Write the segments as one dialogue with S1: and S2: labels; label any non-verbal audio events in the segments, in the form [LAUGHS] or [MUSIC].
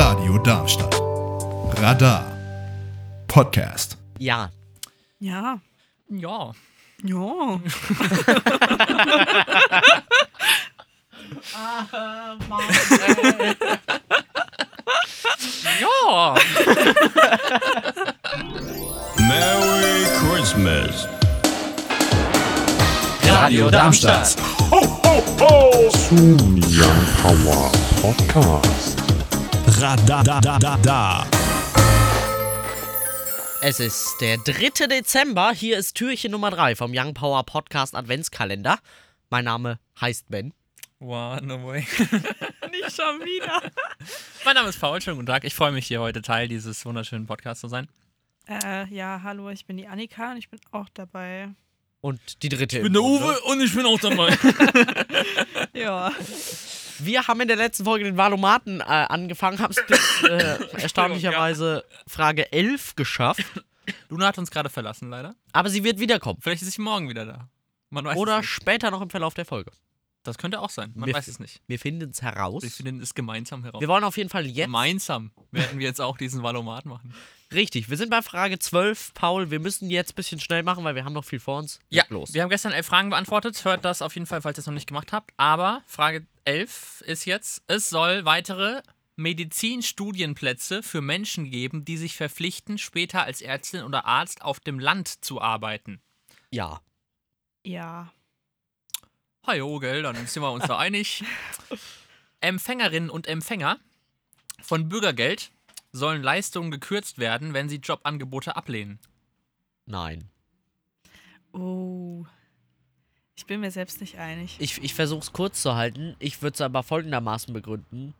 S1: Radio Darmstadt. Radar. Podcast.
S2: Ja.
S3: Ja.
S4: Ja.
S3: Ja.
S4: Ja.
S5: Merry Christmas.
S2: Radio Darmstadt.
S5: Radar da da da da.
S2: Es ist der 3. Dezember. Hier ist Türchen Nummer 3 vom Young Power Podcast Adventskalender. Mein Name heißt Ben.
S4: Wow, no way.
S3: Nicht schon wieder.
S4: [LAUGHS] Mein Name ist Paul, schönen guten Tag. Ich freue mich hier heute Teil dieses wunderschönen Podcasts zu sein.
S3: Äh, ja, hallo, ich bin die Annika und ich bin auch dabei.
S2: Und die dritte. Ich
S4: und ich bin auch dabei.
S3: Ja.
S2: Wir haben in der letzten Folge den Valomaten äh, angefangen, haben es bis
S4: [LAUGHS]
S2: äh, erstaunlicherweise Frage 11 geschafft.
S4: [LAUGHS] Luna hat uns gerade verlassen, leider.
S2: Aber sie wird wiederkommen.
S4: Vielleicht ist sie morgen wieder da. Man weiß
S2: Oder
S4: es nicht.
S2: später noch im Verlauf der Folge.
S4: Das könnte auch sein. Man
S2: Wir-
S4: weiß es nicht.
S2: Wir finden es heraus.
S4: Wir finden es gemeinsam heraus.
S2: Wir wollen auf jeden Fall jetzt.
S4: gemeinsam werden wir jetzt auch diesen Valomat machen.
S2: Richtig, wir sind bei Frage 12, Paul. Wir müssen jetzt ein bisschen schnell machen, weil wir haben noch viel vor uns.
S4: Ja,
S2: Leg los.
S4: wir haben gestern elf Fragen beantwortet. Hört das auf jeden Fall, falls ihr es noch nicht gemacht habt. Aber Frage 11 ist jetzt, es soll weitere Medizinstudienplätze für Menschen geben, die sich verpflichten, später als Ärztin oder Arzt auf dem Land zu arbeiten.
S2: Ja.
S3: Ja.
S4: Hajo, gell, dann sind wir uns da einig. Empfängerinnen und Empfänger von Bürgergeld sollen Leistungen gekürzt werden, wenn sie Jobangebote ablehnen.
S2: Nein.
S3: Oh. Ich bin mir selbst nicht einig.
S2: Ich, ich versuche es kurz zu halten. Ich würde es aber folgendermaßen begründen.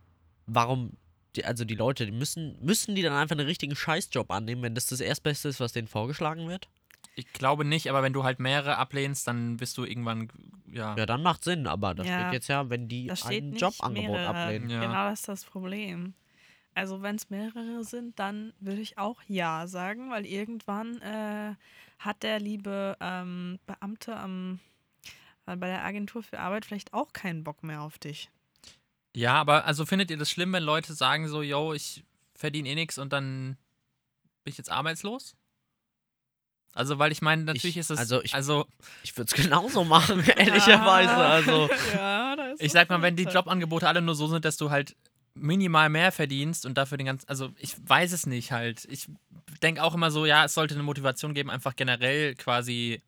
S2: Warum, die, also die Leute, die müssen, müssen die dann einfach einen richtigen Scheißjob annehmen, wenn das das Erstbeste ist, was denen vorgeschlagen wird?
S4: Ich glaube nicht, aber wenn du halt mehrere ablehnst, dann bist du irgendwann, ja.
S2: Ja, dann macht Sinn, aber das
S3: Ja.
S2: steht jetzt ja, wenn die
S3: Da steht
S2: ein
S3: nicht
S2: Jobangebot
S3: mehrere.
S2: ablehnen.
S4: Ja.
S3: Genau das ist das Problem. Also wenn es mehrere sind, dann würde ich auch ja sagen, weil irgendwann äh, hat der liebe ähm, Beamte am, äh, bei der Agentur für Arbeit vielleicht auch keinen Bock mehr auf dich.
S4: Ja, aber also findet ihr das schlimm, wenn Leute sagen so, yo, ich verdiene eh nix und dann bin ich jetzt arbeitslos? Also, weil ich meine, natürlich
S2: Ich-
S4: ist es.
S2: also
S4: Also,
S2: ich-
S4: ich, also,
S2: Ich würde es genauso [LAUGHS]
S3: [LAUGHS]
S2: machen, ehrlicherweise.
S3: Ah.
S2: Also,
S3: [LAUGHS] ja, da ist
S4: ich
S3: was
S4: sag mal, wenn die
S3: dahinter.
S4: Jobangebote alle nur so sind, dass du halt minimal mehr verdienst und dafür den ganzen. Also, ich weiß es nicht halt. Ich denke auch immer so, ja, es sollte eine Motivation geben, einfach generell quasi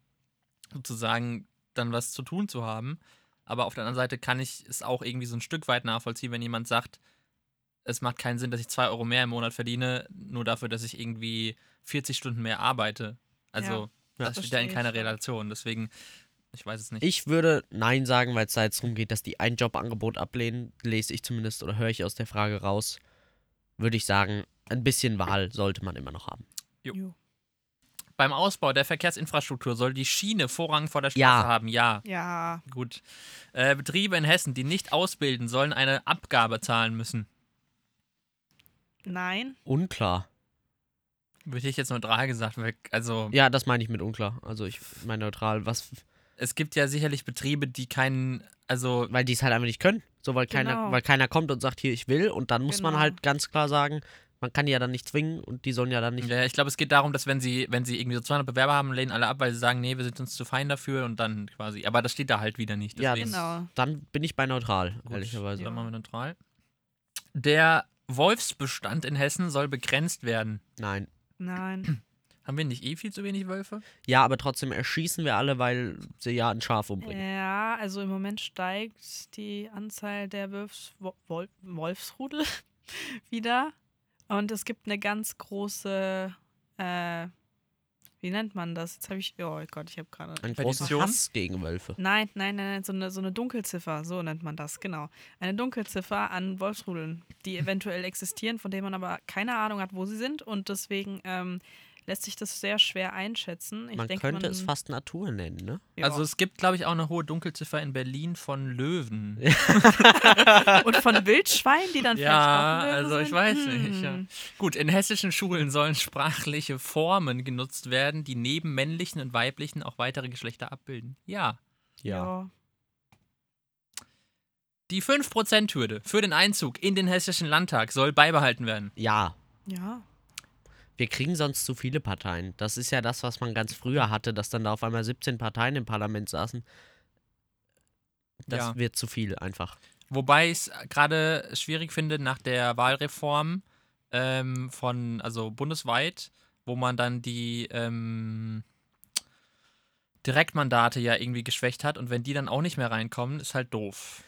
S4: sozusagen dann was zu tun zu haben. Aber auf der anderen Seite kann ich es auch irgendwie so ein Stück weit nachvollziehen, wenn jemand sagt, es macht keinen Sinn, dass ich 2 Euro mehr im Monat verdiene, nur dafür, dass ich irgendwie 40 Stunden mehr arbeite. Also, das steht ja
S3: verstehe
S4: in
S3: ich
S4: keiner
S3: schon.
S4: Relation. Deswegen, ich weiß es nicht.
S2: ich würde Nein sagen, weil es da jetzt darum geht, dass die ein Jobangebot ablehnen, lese ich zumindest oder höre ich aus der Frage raus, würde ich sagen, ein bisschen Wahl sollte man immer noch haben.
S3: Jo.
S4: Beim Ausbau der Verkehrsinfrastruktur soll die Schiene Vorrang vor der Straße
S2: Ja.
S4: haben. Ja,
S3: Ja,
S4: gut. Äh, Betriebe in Hessen, die nicht ausbilden, sollen eine Abgabe zahlen müssen.
S3: nein.
S2: Unklar.
S4: Würde ich jetzt neutral gesagt. weil- Also,
S2: Ja, das meine ich mit unklar. Also ich meine neutral, was,
S4: es gibt ja sicherlich Betriebe, die keinen. Also,
S2: weil die es halt einfach nicht können. So, weil keiner,
S3: Genau.
S2: weil keiner kommt und sagt, hier, ich will. Und dann muss man
S3: Genau.
S2: halt ganz klar sagen, man kann die ja dann nicht zwingen und die sollen ja dann nicht.
S4: ja, ich glaube, es geht darum, dass wenn sie, wenn sie irgendwie so 200 Bewerber haben, lehnen alle ab, weil sie sagen, nee, wir sind uns zu fein dafür und dann quasi. Aber das steht da halt wieder nicht.
S2: Ja,
S4: deswegen-
S3: Genau.
S2: Dann bin ich bei neutral,
S4: Gut,
S2: ehrlicherweise.
S4: Dann machen wir neutral. Der Wolfsbestand in Hessen soll begrenzt werden.
S2: Nein. [CLEARS THROAT]
S3: Nein.
S4: Haben wir nicht eh viel zu wenig Wölfe?
S2: Ja, aber trotzdem erschießen wir alle, weil sie ja ein Schaf umbringen.
S3: Ja, also im Moment steigt die Anzahl der Wolfs Wo- Wol Wolfsrudel [LAUGHS] wieder. Und es gibt eine ganz große, äh, wie nennt man das? Jetzt habe ich, oh Gott, ich habe gerade.
S2: Ein großer
S4: Petition?
S2: Hass gegen Wölfe.
S3: Nein, nein, nein, nein, so eine, so eine Dunkelziffer, so nennt man das, genau. Eine Dunkelziffer an Wolfsrudeln, die eventuell existieren, von denen man aber keine Ahnung hat, wo sie sind. Und deswegen ähm, lässt sich das sehr schwer einschätzen. Ich
S2: Man
S3: denke,
S2: könnte
S3: man,
S2: es fast Natur nennen, ne?
S3: ja.
S4: Also es gibt, glaube ich, auch eine hohe Dunkelziffer in Berlin von [LAUGHS] Löwen.
S3: Und von Wildschweinen, die dann
S4: Ja,
S3: vielleicht auch Löwe
S4: also ich
S3: sind?
S4: weiß
S3: Hm.
S4: nicht. Ja. Gut, in hessischen Schulen sollen sprachliche Formen genutzt werden, die neben männlichen und weiblichen auch weitere Geschlechter abbilden. Ja.
S3: Ja.
S4: Die 5%-Hürde für den Einzug in den Hessischen Landtag soll beibehalten werden.
S2: Ja,
S3: Ja.
S2: wir kriegen sonst zu viele Parteien. Das ist ja das, was man ganz früher hatte, dass dann da auf einmal 17 Parteien im Parlament saßen. Das
S4: Ja.
S2: wird zu viel einfach.
S4: Wobei ich es gerade schwierig finde nach der Wahlreform ähm, von, also bundesweit, wo man dann die ähm, Direktmandate ja irgendwie geschwächt hat und wenn die dann auch nicht mehr reinkommen, ist halt doof.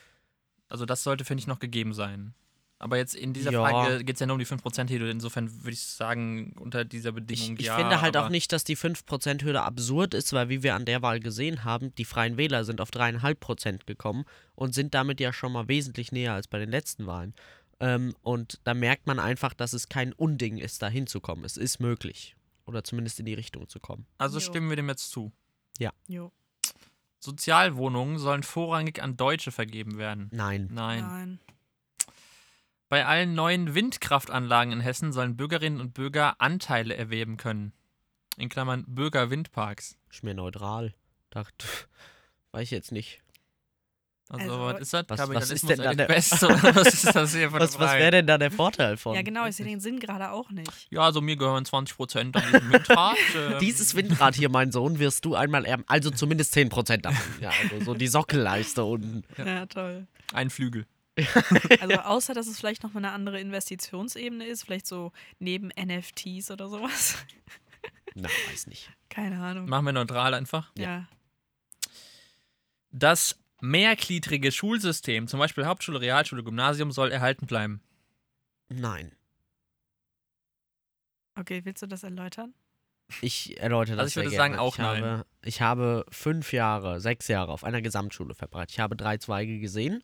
S4: Also das sollte, finde ich, noch gegeben sein. Aber jetzt in dieser
S2: Ja.
S4: Frage geht es ja nur um die 5%-Hürde, insofern würde ich sagen, unter dieser
S2: Ich,
S4: Bedingung
S2: ich
S4: ja.
S2: finde halt
S4: aber
S2: auch nicht, dass die 5%-Hürde absurd ist, weil wie wir an der Wahl gesehen haben, die Freien Wähler sind auf 3,5% gekommen und sind damit ja schon mal wesentlich näher als bei den letzten Wahlen. Ähm, und da merkt man einfach, dass es kein Unding ist, da hinzukommen. Es ist möglich. Oder zumindest in die Richtung zu kommen.
S4: Also
S3: Jo.
S4: stimmen wir dem jetzt zu.
S3: Jo.
S4: Sozialwohnungen sollen vorrangig an Deutsche vergeben werden.
S2: Nein.
S4: Nein.
S3: Nein.
S4: Bei allen neuen Windkraftanlagen in Hessen sollen Bürgerinnen und Bürger Anteile erwerben können. In Klammern Bürgerwindparks.
S2: Ist mir neutral. Dachte, weiß ich jetzt nicht.
S4: Also,
S3: Also,
S4: was ist das?
S2: was- was
S4: Kapitalismus
S2: ist denn da
S4: at
S2: der-
S4: best, oder [LAUGHS] was ist das hier von
S2: Was, was wäre denn da der Vorteil von?
S3: Ja, genau, ich sehe den Sinn gerade auch nicht.
S4: Ja, also mir gehören 20% an diesem Windrad.
S2: [LAUGHS]
S4: ähm,
S2: Dieses Windrad hier, mein Sohn, wirst du einmal erben. Also zumindest 10% [LAUGHS] davon. Ja, also so die Sockelleiste unten.
S3: Ja,
S2: [LAUGHS]
S3: toll.
S4: Ein Flügel.
S3: Also außer, dass es vielleicht nochmal eine andere Investitionsebene ist, vielleicht so neben NFTs oder sowas. [LAUGHS]
S2: Na, weiß nicht.
S3: Keine Ahnung.
S4: Machen wir neutral einfach.
S3: ja.
S4: Das mehrgliedrige Schulsystem, zum Beispiel Hauptschule, Realschule, Gymnasium, soll erhalten bleiben.
S2: Nein.
S3: Okay, willst du das erläutern?
S2: Ich erläutere das
S4: Also ich würde
S2: sehr
S4: sagen,
S2: gerne.
S4: auch
S2: ich habe,
S4: nein.
S2: Ich habe fünf Jahre, sechs Jahre auf einer Gesamtschule verbracht. Ich habe drei Zweige gesehen.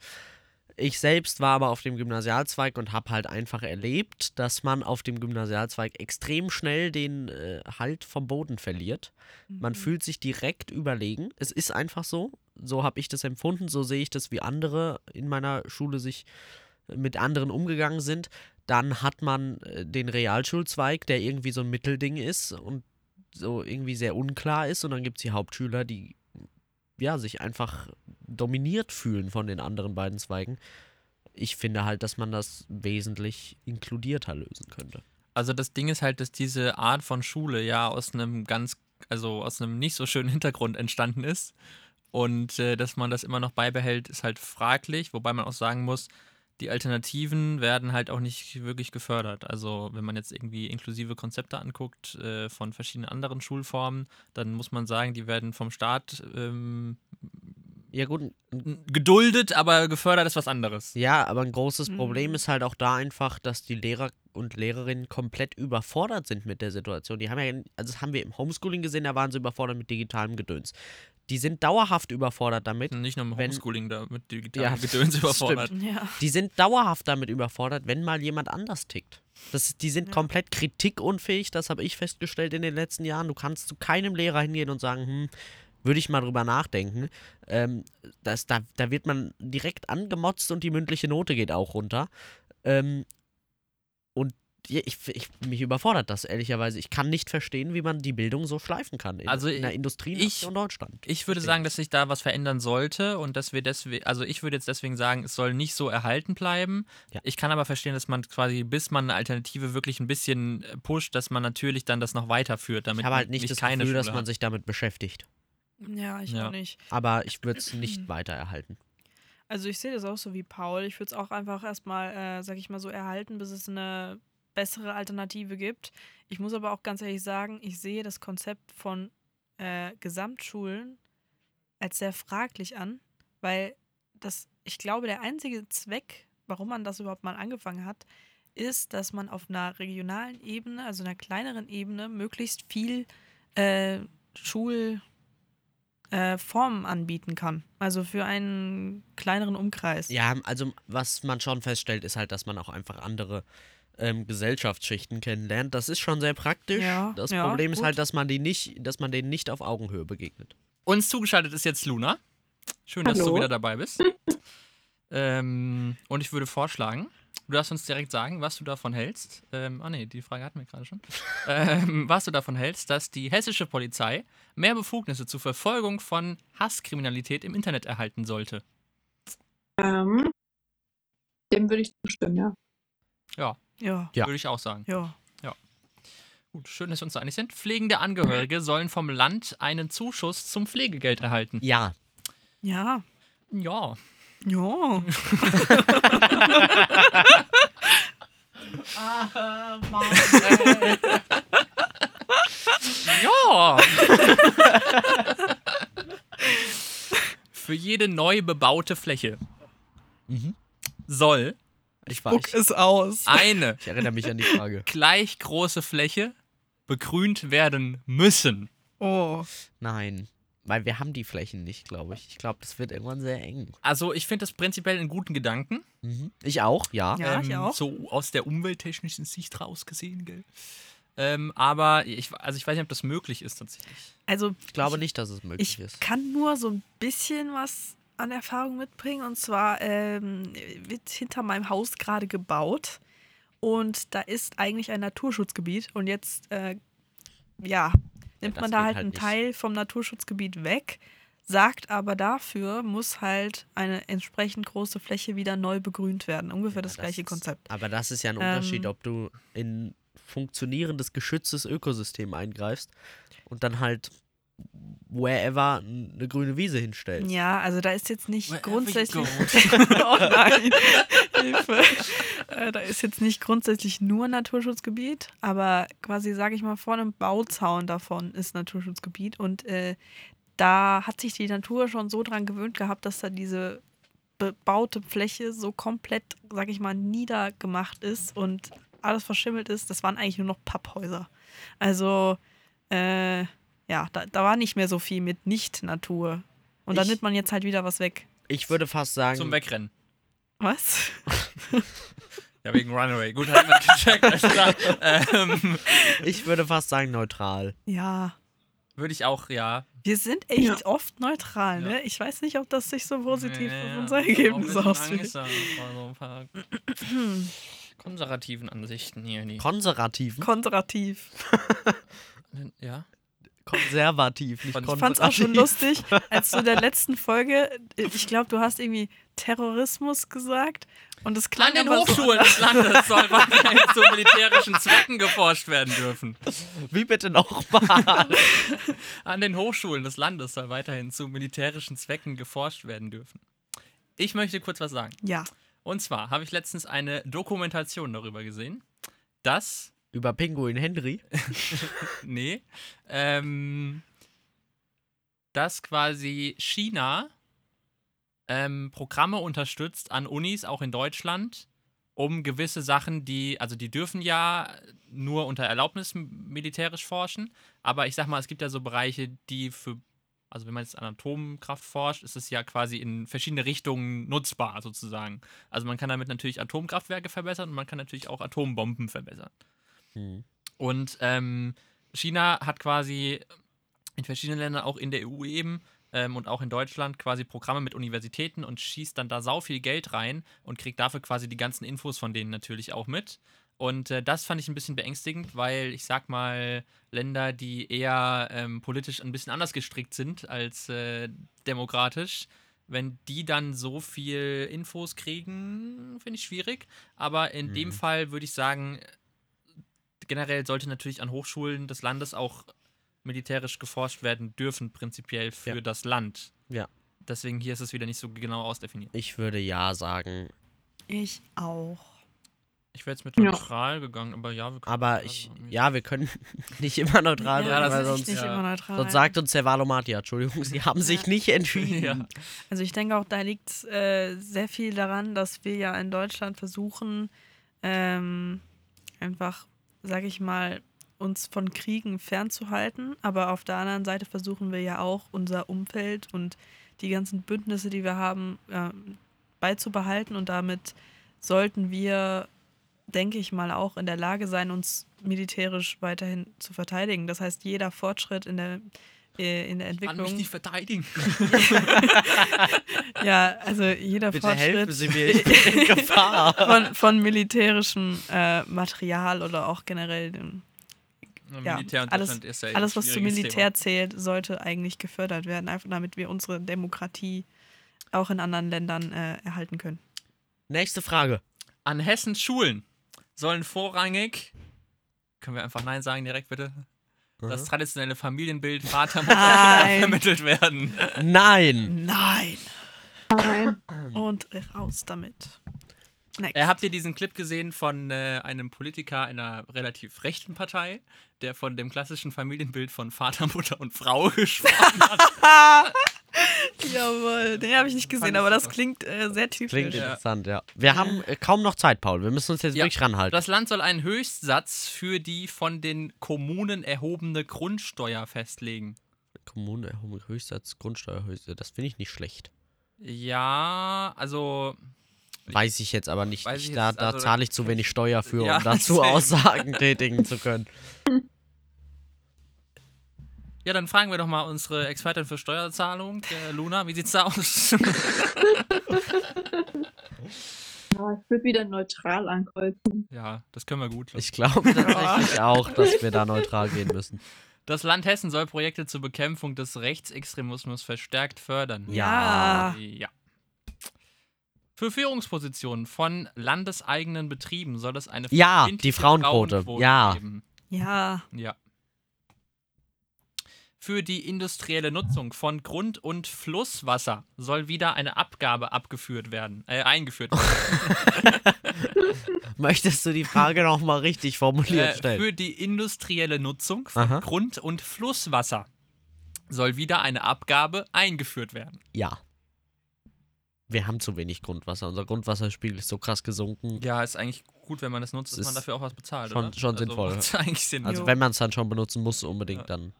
S2: Ich selbst war aber auf dem Gymnasialzweig und habe halt einfach erlebt, dass man auf dem Gymnasialzweig extrem schnell den äh, Halt vom Boden verliert. Man
S3: Mhm.
S2: fühlt sich direkt überlegen. Es ist einfach so. So habe ich das empfunden. So sehe ich das, wie andere in meiner Schule sich äh, mit anderen umgegangen sind. Dann hat man äh, den Realschulzweig, der irgendwie so ein Mittelding ist und so irgendwie sehr unklar ist. Und dann gibt es die Hauptschüler, die ja, sich einfach dominiert fühlen von den anderen beiden Zweigen. Ich finde halt, dass man das wesentlich inkludierter lösen könnte.
S4: Also das Ding ist halt, dass diese Art von Schule ja aus einem ganz, also aus einem nicht so schönen [LAUGHS] Hintergrund entstanden ist. Und äh, dass man das immer noch beibehält, ist halt fraglich, wobei man auch sagen muss, die Alternativen werden halt auch nicht wirklich gefördert. Also wenn man jetzt irgendwie inklusive Konzepte anguckt äh, von verschiedenen anderen Schulformen, dann muss man sagen, die werden vom Staat ähm,
S2: Ja, gut,
S4: geduldet, aber gefördert ist was anderes.
S2: Ja, aber ein großes Problem
S3: Mhm.
S2: ist halt auch da einfach, dass die Lehrer und Lehrerinnen komplett überfordert sind mit der Situation. Die haben ja, also das haben wir im Homeschooling gesehen, da waren sie überfordert mit digitalem Gedöns. Die sind dauerhaft überfordert damit.
S4: Nicht nur im
S2: Wenn-
S4: Homeschooling da mit
S2: Ja,
S4: digitalen
S2: [LAUGHS]
S4: Gedöns
S2: das
S4: überfordert.
S3: Ja.
S2: Die sind dauerhaft damit überfordert, wenn mal jemand anders tickt. Das, die sind
S3: Ja.
S2: komplett kritikunfähig, das habe ich festgestellt in den letzten Jahren. Du kannst zu keinem Lehrer hingehen und sagen, hm, würde ich mal drüber nachdenken. Ähm, das, da, da wird man direkt angemotzt und die mündliche Note geht auch runter. Ähm, und ja, ich, ich, mich überfordert das, ehrlicherweise. Ich kann nicht verstehen, wie man die Bildung so schleifen kann in,
S4: Also
S2: in der
S4: ich-
S2: Industrienation Deutschland.
S4: Ich würde
S2: Verstehe
S4: sagen, dass sich da was verändern sollte und dass wir deswegen, also ich würde jetzt deswegen sagen, es soll nicht so erhalten bleiben.
S2: Ja.
S4: Ich kann aber verstehen, dass man quasi, bis man eine Alternative wirklich ein bisschen äh, pusht, dass man natürlich dann das noch weiterführt, damit
S2: Ich habe halt
S4: man
S2: nicht das
S4: keine
S2: Gefühl, dass
S4: Schule
S2: man
S4: hat.
S2: sich damit beschäftigt.
S3: Ja, ich
S4: Ja.
S3: auch nicht.
S2: Aber ich würde es nicht weiter erhalten.
S3: Also ich sehe das auch so wie Paul. Ich würde es auch einfach erstmal, äh, sag ich mal, so erhalten, bis es eine bessere Alternative gibt. Ich muss aber auch ganz ehrlich sagen, ich sehe das Konzept von äh, Gesamtschulen als sehr fraglich an, weil das, ich glaube, der einzige Zweck, warum man das überhaupt mal angefangen hat, ist, dass man auf einer regionalen Ebene, also einer kleineren Ebene, möglichst viel äh, Schul äh, Formen anbieten kann. Also für einen kleineren Umkreis.
S2: Ja, also was man schon feststellt, ist halt, dass man auch einfach andere ähm, Gesellschaftsschichten kennenlernt. Das ist schon sehr praktisch.
S3: Ja,
S2: das
S3: ja,
S2: Problem ist
S3: gut.
S2: halt, dass man die nicht, dass man denen nicht auf Augenhöhe begegnet.
S4: Uns zugeschaltet ist jetzt Luna. Schön, dass du
S6: Hallo.
S4: wieder dabei bist. ähm, und ich würde vorschlagen, du darfst uns direkt sagen, was du davon hältst. Ähm, ah nee, die Frage hatten wir gerade schon. ähm, was du davon hältst, dass die hessische Polizei mehr Befugnisse zur Verfolgung von Hasskriminalität im Internet erhalten sollte.
S6: Ähm, Dem würde ich zustimmen, ja.
S3: Ja,
S2: Ja.
S4: Würde ich auch sagen.
S3: ja.
S4: Gut, schön, dass wir uns da einig sind. Pflegende Angehörige sollen vom Land einen Zuschuss zum Pflegegeld erhalten.
S2: Ja.
S3: Ja.
S4: Ja.
S3: Ja.
S4: Ja. Für jede neu bebaute Fläche
S2: Mhm.
S4: soll
S2: Ich, war,
S3: Guck
S2: ich,
S3: es aus.
S4: eine
S2: ich erinnere mich an die Frage.
S4: gleich große Fläche begrünt werden müssen.
S3: Oh.
S2: Nein. Weil wir haben die Flächen nicht, glaube ich. Ich glaube, das wird irgendwann sehr eng.
S4: Also ich finde das prinzipiell einen guten Gedanken. Ähm,
S2: Mhm. Ich auch, ja.
S3: Ja, ich auch.
S4: So aus der umwelttechnischen Sicht rausgesehen, gell? Ähm, aber ich, also ich weiß nicht, ob das möglich ist tatsächlich.
S3: Also,
S2: Ich glaube nicht, dass es möglich
S3: ich
S2: ist.
S3: kann nur so ein bisschen was an Erfahrung mitbringen. Und zwar ähm, wird hinter meinem Haus gerade gebaut. Und da ist eigentlich ein Naturschutzgebiet. Und jetzt, äh, ja, nimmt
S2: das
S3: man da
S2: geht halt
S3: halt einen
S2: nicht.
S3: Teil vom Naturschutzgebiet weg, sagt aber dafür, muss halt eine entsprechend große Fläche wieder neu begrünt werden. Ungefähr
S2: Ja,
S3: das gleiche
S2: ist,
S3: Konzept.
S2: Aber das ist ja ein
S3: Ähm.
S2: Unterschied, ob du in funktionierendes, geschütztes Ökosystem eingreifst und dann halt wherever eine grüne Wiese hinstellst.
S3: Ja, also da ist jetzt nicht
S4: Wherever you
S3: grundsätzlich.
S4: go.
S3: [LAUGHS] oh nein, Hilfe. Äh, da ist jetzt nicht grundsätzlich nur Naturschutzgebiet, aber quasi, sage ich mal, vor einem Bauzaun davon ist Naturschutzgebiet. Und äh, da hat sich die Natur schon so dran gewöhnt gehabt, dass da diese bebaute Fläche so komplett, sage ich mal, niedergemacht ist und alles verschimmelt ist. Das waren eigentlich nur noch Papphäuser. Also, äh, ja, da, da war nicht mehr so viel mit Nicht-Natur. Und da
S2: Ich-
S3: nimmt man jetzt halt wieder was weg.
S2: Ich würde fast sagen,
S4: Zum Wegrennen.
S3: Was?
S4: Ja, wegen Runaway. Gut, hat man gecheckt. alles klar. ähm,
S2: ich würde fast sagen neutral.
S3: Ja.
S4: Würde ich auch, ja.
S3: Wir sind echt
S6: Ja.
S3: oft neutral,
S4: Ja.
S3: ne? Ich weiß nicht, ob das sich so positiv
S4: Ja,
S3: auf unser
S4: das ist auch
S3: Ergebnis
S4: ein bisschen
S3: auswirkt.
S4: angesagt, war so
S3: [CLEARS THROAT]
S4: ein paar konservativen Ansichten hier. Die Hm?
S2: Konservativen.
S3: Kontrativ.
S4: ja.
S2: konservativ, nicht
S4: Ich
S3: Ich fand's
S2: konservativ.
S3: auch schon
S4: [LAUGHS]
S3: lustig, als du in der letzten Folge, äh, ich glaube, du hast irgendwie Terrorismus gesagt und es klang
S4: An den
S3: aber
S4: Hochschulen
S3: [LAUGHS]
S4: des Landes soll weiterhin zu militärischen Zwecken geforscht werden dürfen.
S2: [LAUGHS] Wie bitte nochmal? [LAUGHS]
S4: An den Hochschulen des Landes soll weiterhin zu militärischen Zwecken geforscht werden dürfen. Ich möchte kurz was sagen.
S3: So, ja.
S4: Und zwar habe ich letztens eine Dokumentation darüber gesehen, dass
S2: Über Pinguin Henry.
S4: [LAUGHS] Nee. Ähm, dass quasi China ähm, Programme unterstützt an Unis, auch in Deutschland, um gewisse Sachen, die, also die dürfen ja nur unter Erlaubnis m- militärisch forschen, aber ich sag mal, es gibt ja so Bereiche, die für, also wenn man jetzt an Atomkraft forscht, ist es ja quasi in verschiedene Richtungen nutzbar sozusagen. Also man kann damit natürlich Atomkraftwerke verbessern und man kann natürlich auch Atombomben verbessern.
S2: Hm.
S4: Und ähm, China hat quasi in verschiedenen Ländern, auch in der EU eben ähm, und auch in Deutschland, quasi Programme mit Universitäten und schießt dann da sau viel Geld rein und kriegt dafür quasi die ganzen Infos von denen natürlich auch mit. Und äh, das fand ich ein bisschen beängstigend, weil ich sag mal, Länder, die eher ähm, politisch ein bisschen anders gestrickt sind als äh, demokratisch, wenn die dann so viel Infos kriegen, finde ich schwierig. Aber in dem
S2: Mhm.
S4: Fall würde ich sagen, generell sollte natürlich an Hochschulen des Landes auch militärisch geforscht werden dürfen, prinzipiell für
S2: Ja.
S4: das Land.
S2: Ja.
S4: Deswegen hier ist es wieder nicht so genau ausdefiniert.
S2: Ich würde ja sagen.
S3: Ich auch.
S4: Ich wäre jetzt mit
S6: Ja.
S4: neutral gegangen, aber ja, wir können
S2: Aber
S4: neutral
S2: ich,
S4: sagen.
S2: ja, wir können [LAUGHS] nicht immer neutral
S4: Ja,
S2: sein,
S4: das
S2: weil
S4: ist
S2: sonst,
S3: nicht
S4: ja.
S3: immer neutral.
S2: sonst sagt uns der Valomatia, Entschuldigung, sie haben sich nicht entschieden.
S4: [LAUGHS] Ja.
S3: Also ich denke auch, da liegt äh, sehr viel daran, dass wir ja in Deutschland versuchen, ähm, einfach, sage ich mal, uns von Kriegen fernzuhalten. Aber auf der anderen Seite versuchen wir ja auch, unser Umfeld und die ganzen Bündnisse, die wir haben, ähm, beizubehalten. Und damit sollten wir, denke ich mal, auch in der Lage sein, uns militärisch weiterhin zu verteidigen. Das heißt, jeder Fortschritt in der, äh, in der
S4: Kann
S3: Entwicklung
S4: mich nicht verteidigen.
S3: ja, also jeder
S2: Bitte helfen
S3: Fortschritt
S2: Sie mir, ich bin
S4: [LAUGHS]
S2: in Gefahr.
S3: von, von militärischem äh, Material oder auch generell dem, ja,
S4: [LAUGHS] Militär und
S3: alles-
S4: Deutschland ist ja eh
S3: alles,
S4: ein
S3: was zum
S4: schwieriges
S3: Militär
S4: Thema.
S3: zählt, sollte eigentlich gefördert werden, einfach damit wir unsere Demokratie auch in anderen Ländern äh, erhalten können.
S2: Nächste Frage.
S4: An Hessens Schulen sollen vorrangig, können wir einfach Nein sagen direkt bitte, das traditionelle Familienbild
S3: [LAUGHS]
S4: Vater Mutter
S3: Nein.
S4: [LAUGHS] vermittelt werden.
S2: Nein.
S3: Nein.
S4: Hm.
S3: Und raus damit. Next.
S4: Äh, habt ihr diesen Clip gesehen von äh, einem Politiker einer relativ rechten Partei, der von dem klassischen Familienbild von Vater, Mutter und Frau [LAUGHS] gesprochen hat?
S3: [LAUGHS] Jawohl, den habe ich nicht gesehen,
S4: Fand ich
S3: aber das
S4: super.
S3: klingt äh, sehr typisch.
S2: Klingt
S4: Ja.
S2: interessant, ja. Wir haben äh, kaum noch Zeit, Paul. Wir müssen uns jetzt
S4: Ja.
S2: wirklich ranhalten.
S4: Das Land soll einen Höchstsatz für die von den Kommunen erhobene Grundsteuer festlegen.
S2: Kommune, Erhöhung, Höchstsatz, Grundsteuer, Höchstsatz. Das finde ich nicht schlecht.
S4: Ja, also
S2: Weiß ich jetzt aber nicht.
S4: Weiß
S2: Ich,
S4: ich
S2: da
S4: jetzt-
S2: da
S4: also-
S2: zahle ich zu wenig Steuer für,
S4: Ja,
S2: um [LAUGHS] dazu
S4: deswegen.
S2: Aussagen tätigen zu können.
S4: Ja, dann fragen wir doch mal unsere Expertin für Steuerzahlung, äh, Luna, wie sieht's da aus?
S6: Ja, ich würde wieder neutral ankreuzen.
S4: [LAUGHS] ja, das können wir gut.
S2: Ich
S4: [LAUGHS]
S2: glaube tatsächlich auch, dass wir da neutral gehen müssen.
S4: Das Land Hessen soll Projekte zur Bekämpfung des Rechtsextremismus verstärkt fördern.
S3: Ja.
S4: Ja. Für Führungspositionen von landeseigenen Betrieben soll es eine
S2: Ja,
S4: verbindliche
S2: die Frauenquote. Ja.
S4: geben.
S3: Ja,
S4: Ja. Für die industrielle Nutzung von Grund- und Flusswasser soll wieder eine Abgabe abgeführt werden, äh, eingeführt werden.
S2: Möchtest du die Frage nochmal richtig formuliert
S4: äh,
S2: stellen?
S4: für die industrielle Nutzung von
S2: Aha.
S4: Grund- und Flusswasser soll wieder eine Abgabe eingeführt werden.
S2: Ja. Wir haben zu wenig Grundwasser. Unser Grundwasserspiegel ist so krass gesunken.
S4: Ja, ist eigentlich gut, wenn man das nutzt,
S2: Das
S4: dass man
S2: ist
S4: dafür auch was bezahlt.
S2: schon-
S4: oder?
S2: schon sinnvoll, ja.
S4: macht's [LAUGHS] eigentlich Sinn.
S2: Also
S3: Jo.
S2: wenn man es dann schon benutzen muss, unbedingt
S4: Ja.
S2: dann.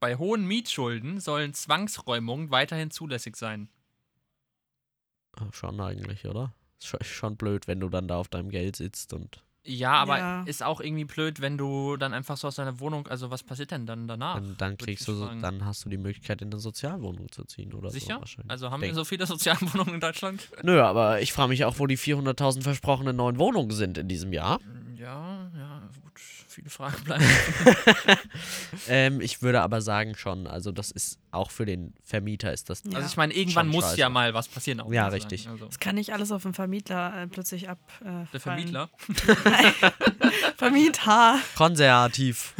S4: Bei hohen Mietschulden sollen Zwangsräumungen weiterhin zulässig sein.
S2: Ah, Schon eigentlich, oder? Ist schon- schon blöd, wenn du dann da auf deinem Geld sitzt und
S4: Ja, aber
S3: Ja.
S4: ist auch irgendwie blöd, wenn du dann einfach so aus deiner Wohnung, also was passiert denn dann danach?
S2: dann, dann
S4: würd
S2: kriegst
S4: ich
S2: du so,
S4: fragen.
S2: dann hast du die Möglichkeit, in eine Sozialwohnung zu ziehen oder so
S4: Sicher?
S2: wahrscheinlich.
S4: also haben
S2: Denk-
S4: wir so viele [LAUGHS] Sozialwohnungen in Deutschland?
S2: Nö, aber ich frage mich auch, wo die 400.000 versprochenen neuen Wohnungen sind in diesem Jahr.
S4: Mhm. Ja, ja, gut, viele [LAUGHS] Fragen bleiben. Also
S2: Ähm, ich würde aber sagen schon, also das ist auch für den Vermieter ist das.
S3: Ja.
S4: Also ich meine, irgendwann
S2: Schon
S4: muss
S2: scheiße.
S4: ja mal was passieren. Auch
S2: Ja,
S4: muss ich
S2: richtig.
S4: sagen. Also,
S3: das kann nicht alles auf den Vermieter äh, plötzlich ab. Äh,
S4: der
S3: fallen.
S4: Vermietler.
S3: Vermieter. [LAUGHS]
S2: Konservativ.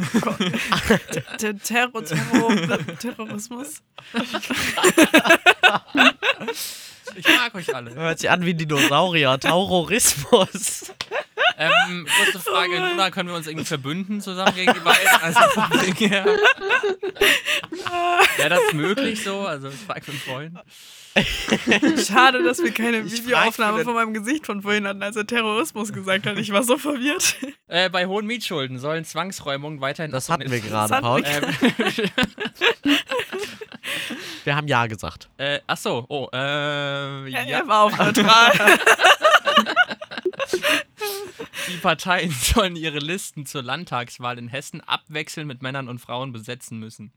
S3: Der Terror,
S4: [LAUGHS]
S3: Terror, Terrorismus.
S4: Ich mag euch alle.
S2: Hört sich an wie
S4: [LAUGHS]
S2: Dinosaurier. Taurorismus.
S4: ähm, kurze Frage, Luna, können wir uns irgendwie verbünden zusammen gegen die beiden?
S3: [LAUGHS]
S4: Also vom Ding her. Wäre das möglich so? Also ich frage für einen Freund.
S3: Schade, dass wir keine
S2: Ich frag
S3: Videoaufnahme
S2: mich,
S3: von meinem Gesicht von vorhin hatten, als er Terrorismus gesagt hat. Ich war so verwirrt.
S4: Äh, bei hohen Mietschulden sollen Zwangsräumungen weiterhin...
S2: Das hatten wir gerade,
S3: hatten
S2: Paul.
S3: wir
S4: Ähm,
S2: Wir haben Ja gesagt.
S4: äh, ach so, oh, äh,
S3: Er,
S4: ja.
S3: er war auf neutral.
S4: [LAUGHS] Die Parteien sollen ihre Listen zur Landtagswahl in Hessen abwechselnd mit Männern und Frauen besetzen müssen.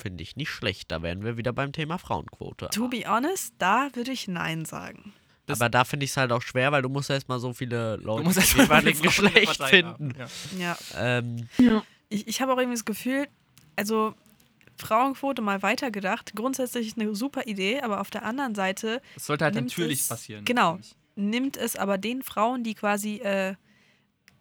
S2: Finde ich nicht schlecht. Da wären wir wieder beim Thema Frauenquote.
S3: to be honest, da würde ich Nein sagen.
S2: Aber da finde ich es halt auch schwer, weil du musst erstmal so viele Leute
S4: musst
S2: des
S4: erst mal
S2: jeweiligen
S4: viele Frauen in der
S2: Geschlecht
S4: Partei
S2: finden.
S4: haben,
S3: Ja.
S2: Ähm,
S3: Ich, ich habe auch irgendwie das Gefühl, also Frauenquote mal weitergedacht, grundsätzlich ist eine super Idee, aber auf der anderen Seite
S4: Das sollte halt
S3: Nimmt
S4: natürlich
S3: es-
S4: passieren.
S3: genau.
S4: finde ich.
S3: nimmt es aber den Frauen, die quasi äh,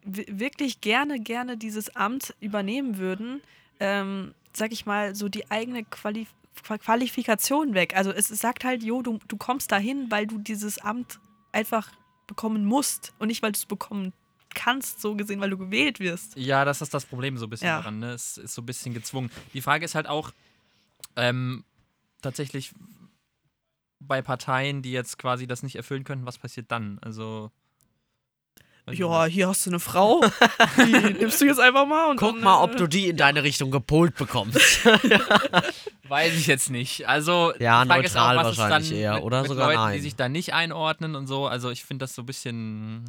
S3: wi- wirklich gerne, gerne dieses Amt übernehmen würden, ähm, sag ich mal, so die eigene Quali Qua- Qualifikation weg. Also es es sagt halt, jo, du, du kommst dahin, weil du dieses Amt einfach bekommen musst und nicht, weil du es bekommen kannst, so gesehen, weil du gewählt wirst.
S4: Ja, das ist das Problem so ein bisschen
S3: Ja.
S4: daran. Ne? Es ist so ein bisschen gezwungen. Die Frage ist halt auch ähm, tatsächlich bei Parteien, die jetzt quasi das nicht erfüllen könnten, was passiert dann? Also weiß
S2: Also
S4: ich
S3: Ja,
S4: nicht.
S3: hier hast du eine
S2: [LAUGHS]
S3: Frau. Die nimmst du jetzt einfach mal und
S2: guck
S3: dann,
S2: mal,
S3: äh,
S2: ob du die in deine Richtung gepolt bekommst.
S4: [LAUGHS] weiß ich jetzt nicht. Also
S2: Ja,
S4: die Frage ist
S2: neutral
S4: auch, was ist
S2: wahrscheinlich
S4: dann
S2: eher,
S4: mit,
S2: oder
S4: mit
S2: sogar
S4: Leuten,
S2: nein.
S4: die sich da nicht einordnen und so. Also ich finde das so ein bisschen,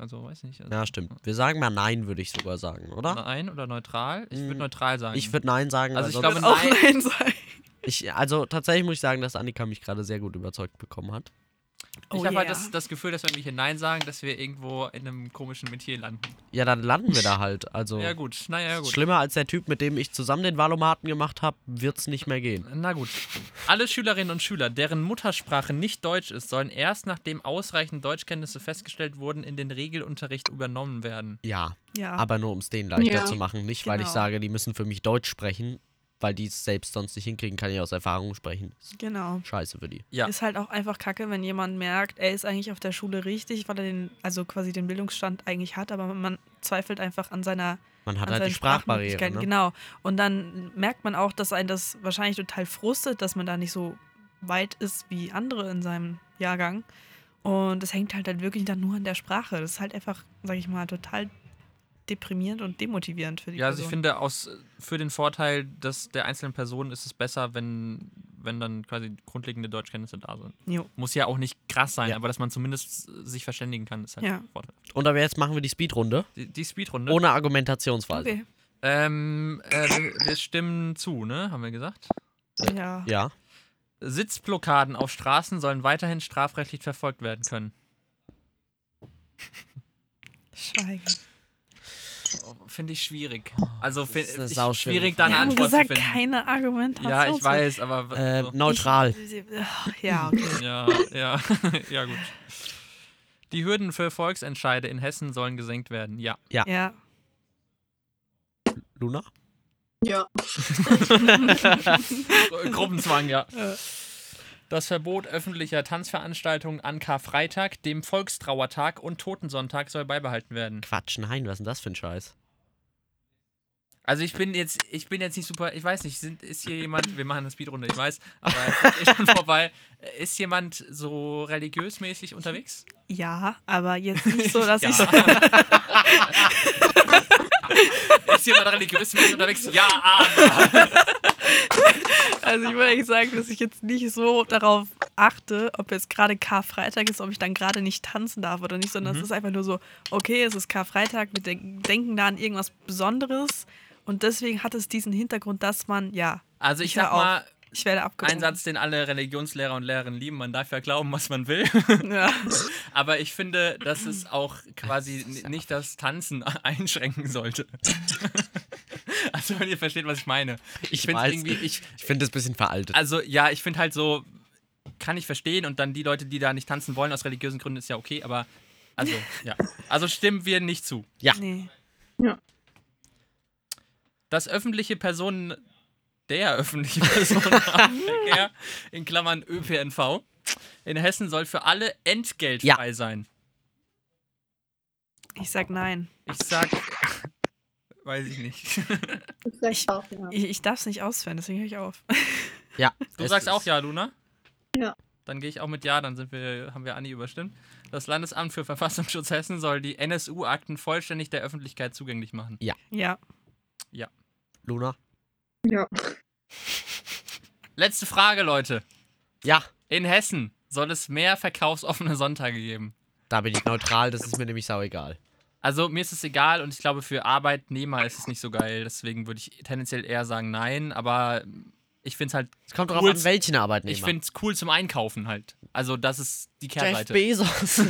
S4: also weiß nicht. Also,
S2: Ja, stimmt. Wir sagen mal Nein, würde ich sogar sagen, oder?
S4: Nein oder neutral? Ich würde
S2: Mm,
S4: neutral sagen.
S2: Ich würde Nein sagen.
S4: Also
S2: weil sonst-
S4: ich glaube,
S3: auch
S4: nein.
S3: [LAUGHS] nein sagen.
S2: Ich, also tatsächlich muss ich sagen, dass Annika mich gerade sehr gut überzeugt bekommen hat.
S3: Oh
S4: ich habe halt
S3: yeah.
S4: das, das Gefühl, dass wenn wir hier Nein sagen, dass wir irgendwo in einem komischen Metier landen.
S2: Ja, dann landen wir da halt. Also
S4: Ja, gut. Naja, gut.
S2: schlimmer als der Typ, mit dem ich zusammen den Valomaten gemacht habe, wird's nicht mehr gehen.
S4: Na gut. Alle Schülerinnen und Schüler, deren Muttersprache nicht Deutsch ist, sollen erst nachdem ausreichend Deutschkenntnisse festgestellt wurden, in den Regelunterricht übernommen werden.
S2: Ja,
S3: Ja.
S2: aber nur um es denen leichter
S6: Ja,
S2: zu machen. Nicht, weil ich
S3: Ah. genau.
S2: sage, die müssen für mich Deutsch sprechen, weil die es selbst sonst nicht hinkriegen, kann ich aus Erfahrung sprechen. Ist
S3: genau.
S2: scheiße für die.
S4: Ja.
S3: Ist halt auch einfach kacke, wenn jemand merkt, er ist eigentlich auf der Schule richtig, weil er den, also quasi den Bildungsstand eigentlich hat, aber man zweifelt einfach an seiner
S2: Man hat
S3: an
S2: halt die
S3: seinen
S2: Sprachbarriere.
S3: Sprachmöglichkeiten.
S2: Ne?
S3: Genau. Und dann merkt man auch, dass einen das wahrscheinlich total frustet, dass man da nicht so weit ist wie andere in seinem Jahrgang. Und das hängt halt, halt wirklich dann nur an der Sprache. Das ist halt einfach, sag ich mal, total deprimierend und demotivierend für die
S4: Ja, also ich
S3: Person.
S4: finde, aus, für den Vorteil dass der einzelnen Person ist es besser, wenn, wenn dann quasi grundlegende Deutschkenntnisse da sind.
S3: Jo.
S4: Muss ja auch nicht krass sein,
S2: Ja.
S4: aber dass man zumindest sich verständigen kann, ist halt
S3: Ja.
S4: ein Vorteil.
S2: Und aber jetzt machen wir die Speedrunde.
S4: Die, die Speedrunde.
S2: Ohne Argumentationsweise.
S3: Okay.
S4: Ähm, äh, wir wir stimmen zu, ne? Haben wir gesagt.
S3: Ja.
S2: Ja.
S4: Sitzblockaden auf Straßen sollen weiterhin strafrechtlich verfolgt werden können.
S3: Schweigen.
S4: Finde ich schwierig. Also
S2: Das
S4: fi-
S2: ist eine
S4: ich,
S2: sauschwierige
S4: schwierig,
S2: Frage.
S4: da
S3: Wir
S4: eine
S3: haben
S4: Antwort
S3: gesagt,
S4: zu finden.
S3: keine Argumentation.
S4: ja, ich weiß, aber. w-
S2: Äh,
S4: so.
S2: neutral.
S3: Ja, okay.
S4: Ja, ja, [LAUGHS] ja, gut. Die Hürden für Volksentscheide in Hessen sollen gesenkt werden. Ja.
S3: Ja.
S2: Luna?
S6: Ja.
S4: Gru- Gruppenzwang, ja. Das Verbot öffentlicher Tanzveranstaltungen an Karfreitag, dem Volkstrauertag und Totensonntag soll beibehalten werden.
S2: Quatsch, nein, was ist denn das für ein Scheiß?
S4: Also ich bin jetzt, ich bin jetzt nicht super, ich weiß nicht, sind, ist hier jemand, wir machen eine Speedrunde, ich weiß, aber es ist eh schon vorbei. Ist jemand so religiös mäßig unterwegs?
S3: Ja, aber jetzt nicht so, dass
S4: Ja.
S3: ich.
S4: ist jemand religiös mäßig unterwegs? Ja, aber.
S3: Also ich würde eigentlich sagen, dass ich jetzt nicht so darauf achte, ob jetzt gerade Karfreitag ist, ob ich dann gerade nicht tanzen darf oder nicht, sondern es ist einfach nur so, okay, es ist Karfreitag, wir denken, denken da an irgendwas Besonderes und deswegen hat es diesen Hintergrund, dass man, ja,
S4: Also ich
S3: Ich hör
S4: sag mal,
S3: ich werde abgehoben.
S4: ein Satz, den alle Religionslehrer und Lehrerinnen lieben, man darf ja glauben, was man will.
S3: [LAUGHS] Ja.
S4: Aber ich finde, dass es auch quasi n- nicht das Tanzen [LAUGHS] einschränken sollte. [LAUGHS] Also, wenn ihr versteht, was ich meine. Ich find's
S2: weiß.
S4: irgendwie- ich-
S2: ich finde das ein bisschen veraltet.
S4: Also, ja, ich finde halt so, kann ich verstehen und dann die Leute, die da nicht tanzen wollen, aus religiösen Gründen ist ja okay, aber also, ja. Also stimmen wir nicht zu.
S3: Nee.
S4: Das öffentliche Personen, der
S2: [LAUGHS]
S4: öffentliche Personennahverkehr, in Klammern ÖPNV, in Hessen soll für alle entgeltfrei sein.
S3: Ich sag nein.
S4: Ich sag, weiß ich nicht.
S6: Vielleicht auch, ja.
S3: Ich, ich darf es nicht ausführen, deswegen höre ich auf. [LAUGHS]
S2: ja,
S4: Du
S2: es
S4: sagst
S2: ist-
S4: auch ja, Luna?
S6: Ja.
S4: Dann gehe ich auch mit Ja, dann sind wir, haben wir Anni überstimmt. Das Landesamt für Verfassungsschutz Hessen soll die NSU-Akten vollständig der Öffentlichkeit zugänglich machen.
S3: Ja.
S2: Luna?
S6: ja.
S4: Letzte Frage, Leute.
S2: Ja,
S4: In Hessen soll es mehr verkaufsoffene Sonntage geben.
S2: da bin ich neutral, das ist mir nämlich sauegal.
S4: Also mir ist es egal und ich glaube, für Arbeitnehmer ist es nicht so geil. Deswegen würde ich tendenziell eher sagen Nein, aber ich finde es halt,
S2: Es kommt drauf
S4: Cool.
S2: an, welchen Arbeitnehmer.
S4: ich finde es cool zum Einkaufen halt. Also das ist die
S2: Jeff
S4: Kehrseite.
S2: Bezos.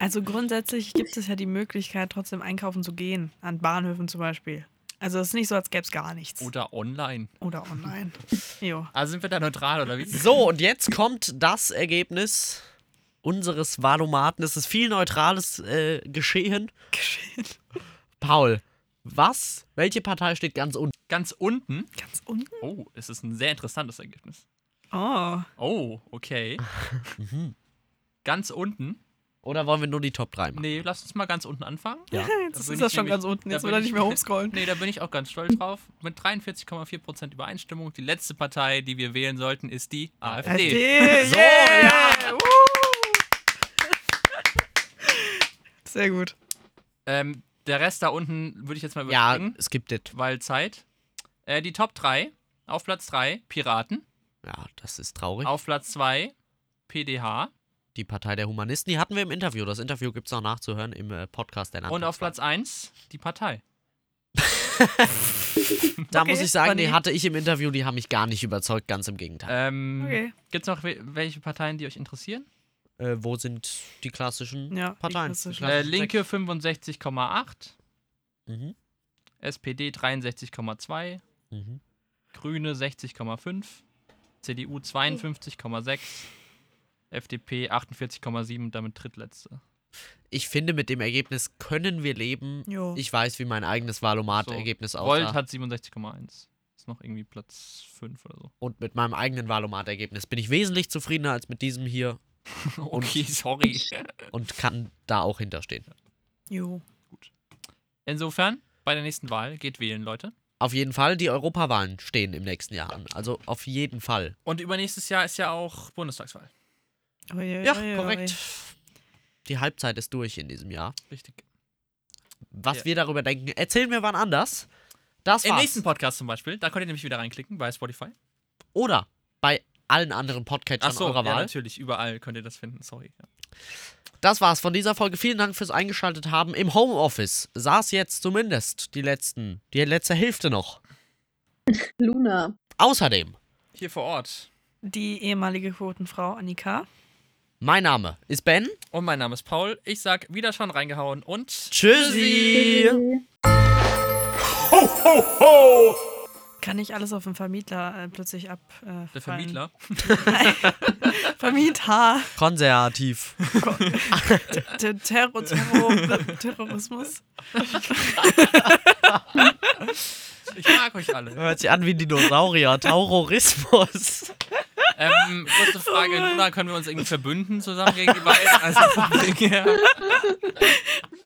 S3: Also grundsätzlich gibt es ja die Möglichkeit, trotzdem einkaufen zu gehen, an Bahnhöfen zum Beispiel. Also es ist nicht so, als gäbe es gar nichts.
S4: Oder online.
S3: Oder
S2: [LAUGHS]
S3: online. Jo.
S4: Also sind wir da neutral oder wie?
S2: so, und jetzt kommt das Ergebnis unseres Valomaten. Es ist viel neutrales äh, Geschehen.
S3: Geschehen.
S2: Paul, was? Welche Partei steht ganz unten?
S4: Ganz unten
S3: Ganz unten.
S4: Oh, es ist ein sehr interessantes Ergebnis.
S3: Oh,
S4: Oh, okay. ganz unten?
S2: Oder wollen wir nur die Top 3 machen?
S4: Nee, lass uns mal ganz unten anfangen.
S2: Ja.
S4: Da
S3: [LAUGHS] jetzt
S4: bin
S3: ist
S4: ich
S3: das schon
S4: nämlich-
S3: ganz unten.
S4: da
S3: Jetzt
S4: bin
S3: will er
S4: ich-
S3: nicht
S4: [LAUGHS]
S3: mehr hochscrollen.
S4: Nee, da bin ich auch ganz stolz drauf. Mit 43,4% Übereinstimmung. Die letzte Partei, die wir wählen sollten, ist die AfD.
S3: So, yeah. Sehr gut.
S4: Ähm, der Rest da unten würde ich jetzt mal
S2: Ja,
S4: überspringen,
S2: es gibt das.
S4: weil Zeit. Äh, die Top 3, auf Platz 3 Piraten,
S2: Ja, das ist traurig.
S4: auf Platz 2 PDH
S2: die Partei der Humanisten, die hatten wir im Interview. Das Interview gibt es noch nachzuhören im äh, Podcast der
S4: und auf
S2: Landtagswahl.
S4: Platz 1 die Partei.
S2: Da
S3: Okay,
S2: muss ich sagen, die
S3: Conny.
S2: hatte ich im Interview, die haben mich gar nicht überzeugt, ganz im Gegenteil.
S4: Ähm,
S3: Okay.
S4: Gibt es noch we- welche Parteien, die euch interessieren?
S2: Äh, wo sind die klassischen
S3: Ja, die
S2: Parteien?
S3: klassischen.
S4: Äh,
S2: klassischen
S4: Linke 65,8,
S2: sechs. Mhm.
S4: SPD 63,2,
S2: Mhm.
S4: Grüne 60,5, CDU 52,6, FDP 48,7, damit drittletzte.
S2: Ich finde, mit dem Ergebnis können wir leben.
S3: Jo.
S2: Ich weiß, wie mein eigenes Valomat-Ergebnis
S4: Volt
S2: aussah.
S4: hat 67,1. Ist noch irgendwie Platz 5 oder so.
S2: und mit meinem eigenen Valomat-Ergebnis bin ich wesentlich zufriedener als mit diesem hier
S4: [LAUGHS] Okay, sorry.
S2: und kann da auch hinterstehen.
S3: jo.
S4: Insofern, bei der nächsten Wahl geht wählen, Leute.
S2: Auf jeden Fall, die Europawahlen stehen im nächsten Jahr an. Also auf jeden Fall.
S4: Und übernächstes Jahr ist ja auch Bundestagswahl.
S3: Uiuiui.
S2: Ja, korrekt. Die Halbzeit ist durch in diesem Jahr.
S4: Richtig.
S2: Was
S4: Ja.
S2: wir darüber denken, erzählen wir wann anders. Das
S4: Im
S2: war's.
S4: nächsten Podcast zum Beispiel, da könnt ihr nämlich wieder reinklicken bei Spotify.
S2: Oder bei allen anderen Podcatchern
S4: Ach so,
S2: eurer
S4: ja,
S2: Wahl.
S4: natürlich, überall könnt ihr das finden, sorry. Ja.
S2: Das war's von dieser Folge. Vielen Dank fürs eingeschaltet haben. Im Homeoffice saß jetzt zumindest die letzten, die letzte Hälfte noch.
S6: Luna.
S2: Außerdem,
S4: Hier vor Ort.
S3: Die ehemalige Quotenfrau Annika.
S2: mein Name ist Ben.
S4: Und mein Name ist Paul. Ich sag wieder schon reingehauen und
S2: Tschüssi.
S3: Kann ich alles auf den Vermietler äh, plötzlich ab. Äh,
S4: der
S3: fallen.
S4: Vermietler.
S3: Vermieter.
S2: Konservativ.
S3: Der Terror, Terror,
S2: [LAUGHS]
S3: Terrorismus.
S4: Ich mag euch alle.
S2: Hört sich an wie ein Dinosaurier. Taurorismus.
S4: ähm, kurze Frage, [LAUGHS] Luna, können wir uns irgendwie verbünden zusammen gegen die beiden? Also, von wegen her.